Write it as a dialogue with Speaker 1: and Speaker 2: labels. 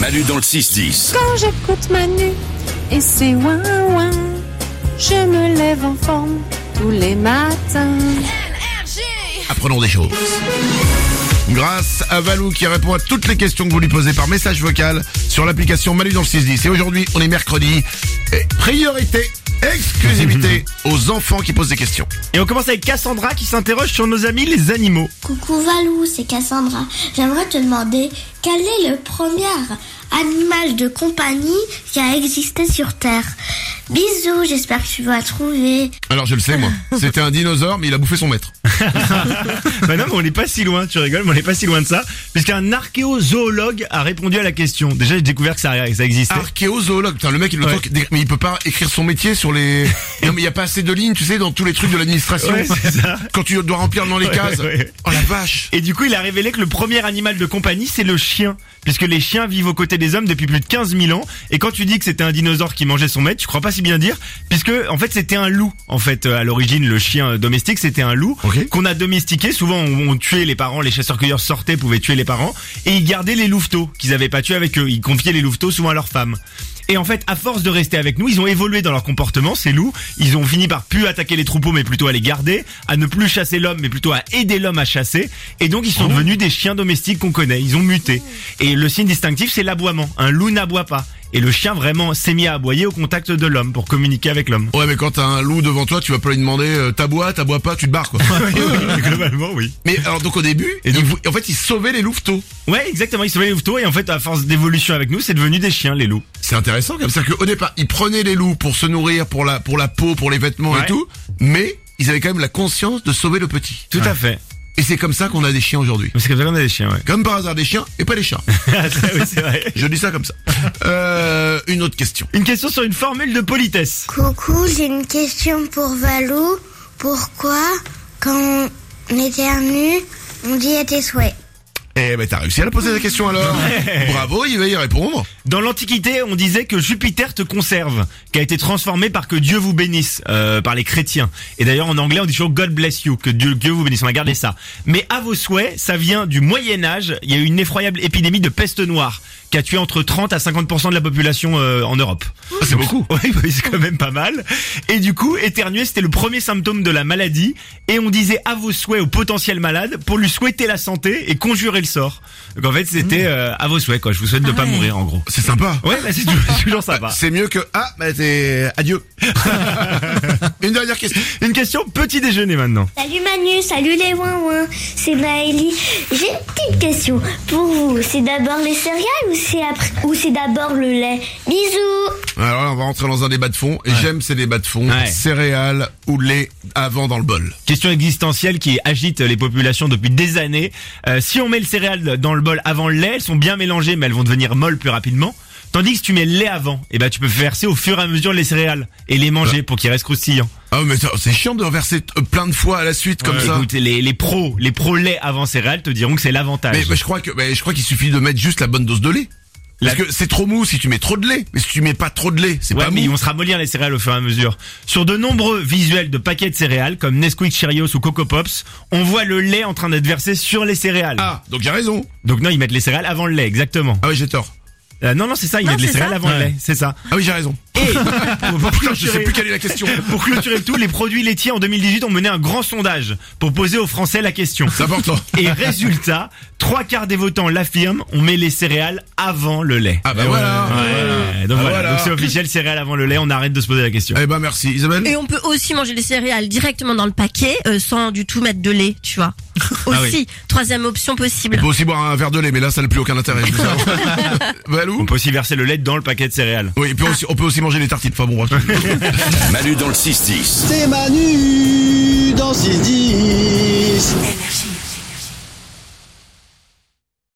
Speaker 1: Manu dans le 6-10.
Speaker 2: Quand j'écoute Manu et c'est ouin ouin, je me lève en forme tous les matins.
Speaker 3: Apprenons des choses. Grâce à Valou qui répond à toutes les questions que vous lui posez par message vocal sur l'application Manu dans le 610. Et aujourd'hui, on est mercredi. Et priorité, exclusivité aux enfants qui posent des questions.
Speaker 4: Et on commence avec Cassandra qui s'interroge sur nos amis les animaux.
Speaker 5: Coucou Valou, c'est Cassandra. J'aimerais te demander quel est le premier animal de compagnie qui a existé sur Terre. Bisous, j'espère que tu vas trouver.
Speaker 3: Alors, je le sais, moi. C'était un dinosaure, mais il a bouffé son maître.
Speaker 4: bah non, mais on n'est pas si loin, tu rigoles, mais on n'est pas si loin de ça. Puisqu'un archéozoologue a répondu à la question. Déjà, j'ai découvert que ça, ça existait.
Speaker 3: Archéozoologue. Putain, le mec, il le
Speaker 4: Ah. Ouais.
Speaker 3: truc, mais il peut pas écrire son métier sur les. non, mais il y a pas assez de lignes, tu sais, dans tous les trucs de l'administration.
Speaker 4: Ouais, c'est ça.
Speaker 3: Quand tu dois remplir dans les
Speaker 4: Ouais,
Speaker 3: cases.
Speaker 4: ouais, ouais.
Speaker 3: Oh la vache.
Speaker 4: Et du coup, il a révélé que le premier animal de compagnie, c'est le chien. Puisque les chiens vivent aux côtés des hommes depuis plus de 15 000 ans. Et quand tu dis que c'était un dinosaure qui mangeait son maître, tu crois pas si bien dire. Puisque, en fait, c'était un loup. En fait, euh, à l'origine, le chien domestique, c'était un loup.
Speaker 3: Ok.
Speaker 4: Qu'on a domestiqué. Souvent, on, on tuait les parents. Les chasseurs-cueilleurs sortaient, pouvaient tuer les parents. Et ils gardaient les louveteaux qu'ils avaient pas tués avec eux. Ils confiaient les louveteaux souvent à leurs femmes. Et en fait, à force de rester avec nous, ils ont évolué dans leur comportement, ces loups. Ils ont fini par plus attaquer les troupeaux, mais plutôt à les garder, à ne plus chasser l'homme, mais plutôt à aider l'homme à chasser. Et donc, ils sont devenus des chiens domestiques qu'on connaît. Ils ont muté. Et le signe distinctif, c'est l'aboiement. Un loup n'aboie pas. Et le chien vraiment s'est mis à aboyer au contact de l'homme pour communiquer avec l'homme.
Speaker 3: Ouais, mais quand t'as un loup devant toi, tu vas pas lui demander, euh, t'abois, t'abois pas, tu te barres, quoi.
Speaker 4: Globalement, oui.
Speaker 3: mais alors, donc au début,
Speaker 4: Et donc-
Speaker 3: ils vou- en fait, ils sauvaient les louveteaux.
Speaker 4: Ouais, exactement. Ils se les louveteaux et en fait, à force d'évolution avec nous, c'est devenu des chiens, les loups.
Speaker 3: C'est intéressant comme ça qu'au départ, ils prenaient les loups pour se nourrir, pour la, pour la peau, pour les vêtements et
Speaker 4: Ouais.
Speaker 3: tout, mais ils avaient quand même la conscience de sauver le petit.
Speaker 4: Tout à fait.
Speaker 3: Et c'est comme ça qu'on a des chiens aujourd'hui.
Speaker 4: Parce que ça, on a des chiens, ouais.
Speaker 3: Comme par hasard des chiens et pas des chats.
Speaker 4: Ah, Ça, oui, c'est vrai.
Speaker 3: Je dis ça comme ça. Euh, une autre question.
Speaker 4: Une question sur une formule de politesse.
Speaker 5: Coucou, j'ai une question pour Valou. Pourquoi, quand on éternue, on dit à tes souhaits
Speaker 3: Eh ben t'as réussi à la poser la question alors. Bravo, il va y répondre.
Speaker 4: Dans l'Antiquité, on disait que Jupiter te conserve, qui a été transformé par que Dieu vous bénisse, euh, par les chrétiens. Et d'ailleurs, en anglais, on dit toujours God bless you, que Dieu, Dieu vous bénisse. On va garder ça. Mais à vos souhaits, ça vient du Moyen Âge. Il y a eu une effroyable épidémie de peste noire qui a tué entre 30 à 50% de la population euh, en Europe.
Speaker 3: Ah, c'est beaucoup.
Speaker 4: Oui, bah, c'est quand même pas mal. Et du coup, éternuer, c'était le premier symptôme de la maladie. Et on disait à vos souhaits au potentiel malade pour lui souhaiter la santé et conjurer le sort. Donc en fait, c'était
Speaker 3: Mmh.
Speaker 4: euh, à vos souhaits, quoi. Je vous souhaite de pas
Speaker 3: Ah
Speaker 4: mourir, en gros.
Speaker 3: C'est sympa.
Speaker 4: Ouais, bah, c'est toujours, toujours sympa.
Speaker 3: C'est mieux que ah bah t'es adieu. une dernière question.
Speaker 4: Une question petit déjeuner maintenant.
Speaker 5: Salut Manu, salut les ouin-ouin, c'est Maëlie. J'ai une petite question pour vous. C'est d'abord les céréales ou c'est après ou c'est d'abord le lait Bisous
Speaker 3: Alors là, on va rentrer dans un débat de fond. Et j'aime ces débats de fond.
Speaker 4: Ouais.
Speaker 3: Céréales ou lait avant dans le bol.
Speaker 4: Question existentielle qui agite les populations depuis des années. Euh, si on met le céréal dans le bol avant le lait, elles sont bien mélangées, mais elles vont devenir molles plus rapidement. Tandis que si tu mets le lait avant, eh ben tu peux verser au fur et à mesure les céréales et les manger pour qu'ils restent croustillants.
Speaker 3: Ah mais ça, c'est chiant de verser euh, plein de fois à la suite comme
Speaker 4: Ouais.
Speaker 3: ça.
Speaker 4: Écoute, les, les pros, les pros lait avant céréales te diront que c'est
Speaker 3: Mais,
Speaker 4: l'avantage.
Speaker 3: mais je crois que mais je crois qu'il suffit de mettre juste la bonne dose de lait. Parce
Speaker 4: La-
Speaker 3: que c'est trop mou si tu mets trop de lait. Mais si tu mets pas trop de lait, c'est
Speaker 4: Ouais,
Speaker 3: pas
Speaker 4: mais
Speaker 3: mou.
Speaker 4: ils vont se ramollir les céréales au fur et à mesure. Sur de nombreux visuels de paquets de céréales, comme Nesquik Cheerios ou Coco Pops, on voit le lait en train d'être versé sur les céréales.
Speaker 3: Ah donc j'ai raison.
Speaker 4: Donc non, ils mettent les céréales avant le lait, exactement.
Speaker 3: Ah oui j'ai tort.
Speaker 4: Euh, non, non, c'est ça, ils
Speaker 6: Non,
Speaker 4: mettent les
Speaker 6: c'est
Speaker 4: céréales
Speaker 6: ça.
Speaker 4: avant le lait, c'est ça.
Speaker 3: Ah oui j'ai raison.
Speaker 4: Et pour, pour
Speaker 3: Putain, je sais
Speaker 4: clôturer-
Speaker 3: plus quelle est la question.
Speaker 4: pour clôturer le tout, les produits laitiers en 2018 ont mené un grand sondage pour poser aux Français la question.
Speaker 3: C'est important.
Speaker 4: Et résultat, trois quarts des votants l'affirment, on met les céréales avant le lait.
Speaker 3: Ah bah voilà.
Speaker 4: Ouais, donc
Speaker 3: Ah,
Speaker 4: voilà,
Speaker 3: voilà.
Speaker 4: donc c'est officiel, céréales avant le lait, on arrête de se poser la question.
Speaker 3: Eh ben merci Isabelle.
Speaker 6: Et on peut aussi manger les céréales directement dans le paquet euh, sans du tout mettre de lait, tu vois. Aussi,
Speaker 4: Ah oui.
Speaker 6: troisième option
Speaker 3: On
Speaker 6: possible.
Speaker 3: peut aussi boire un verre de lait, mais là, ça n'a plus aucun intérêt. je vous avoue.
Speaker 4: On
Speaker 3: Valou
Speaker 4: peut aussi verser le lait dans le paquet de céréales.
Speaker 3: Oui, et puis aussi- on peut aussi manger les tartines. Enfin bon, bref.
Speaker 1: Manu dans le 6-10.
Speaker 7: C'est Manu dans 6-10.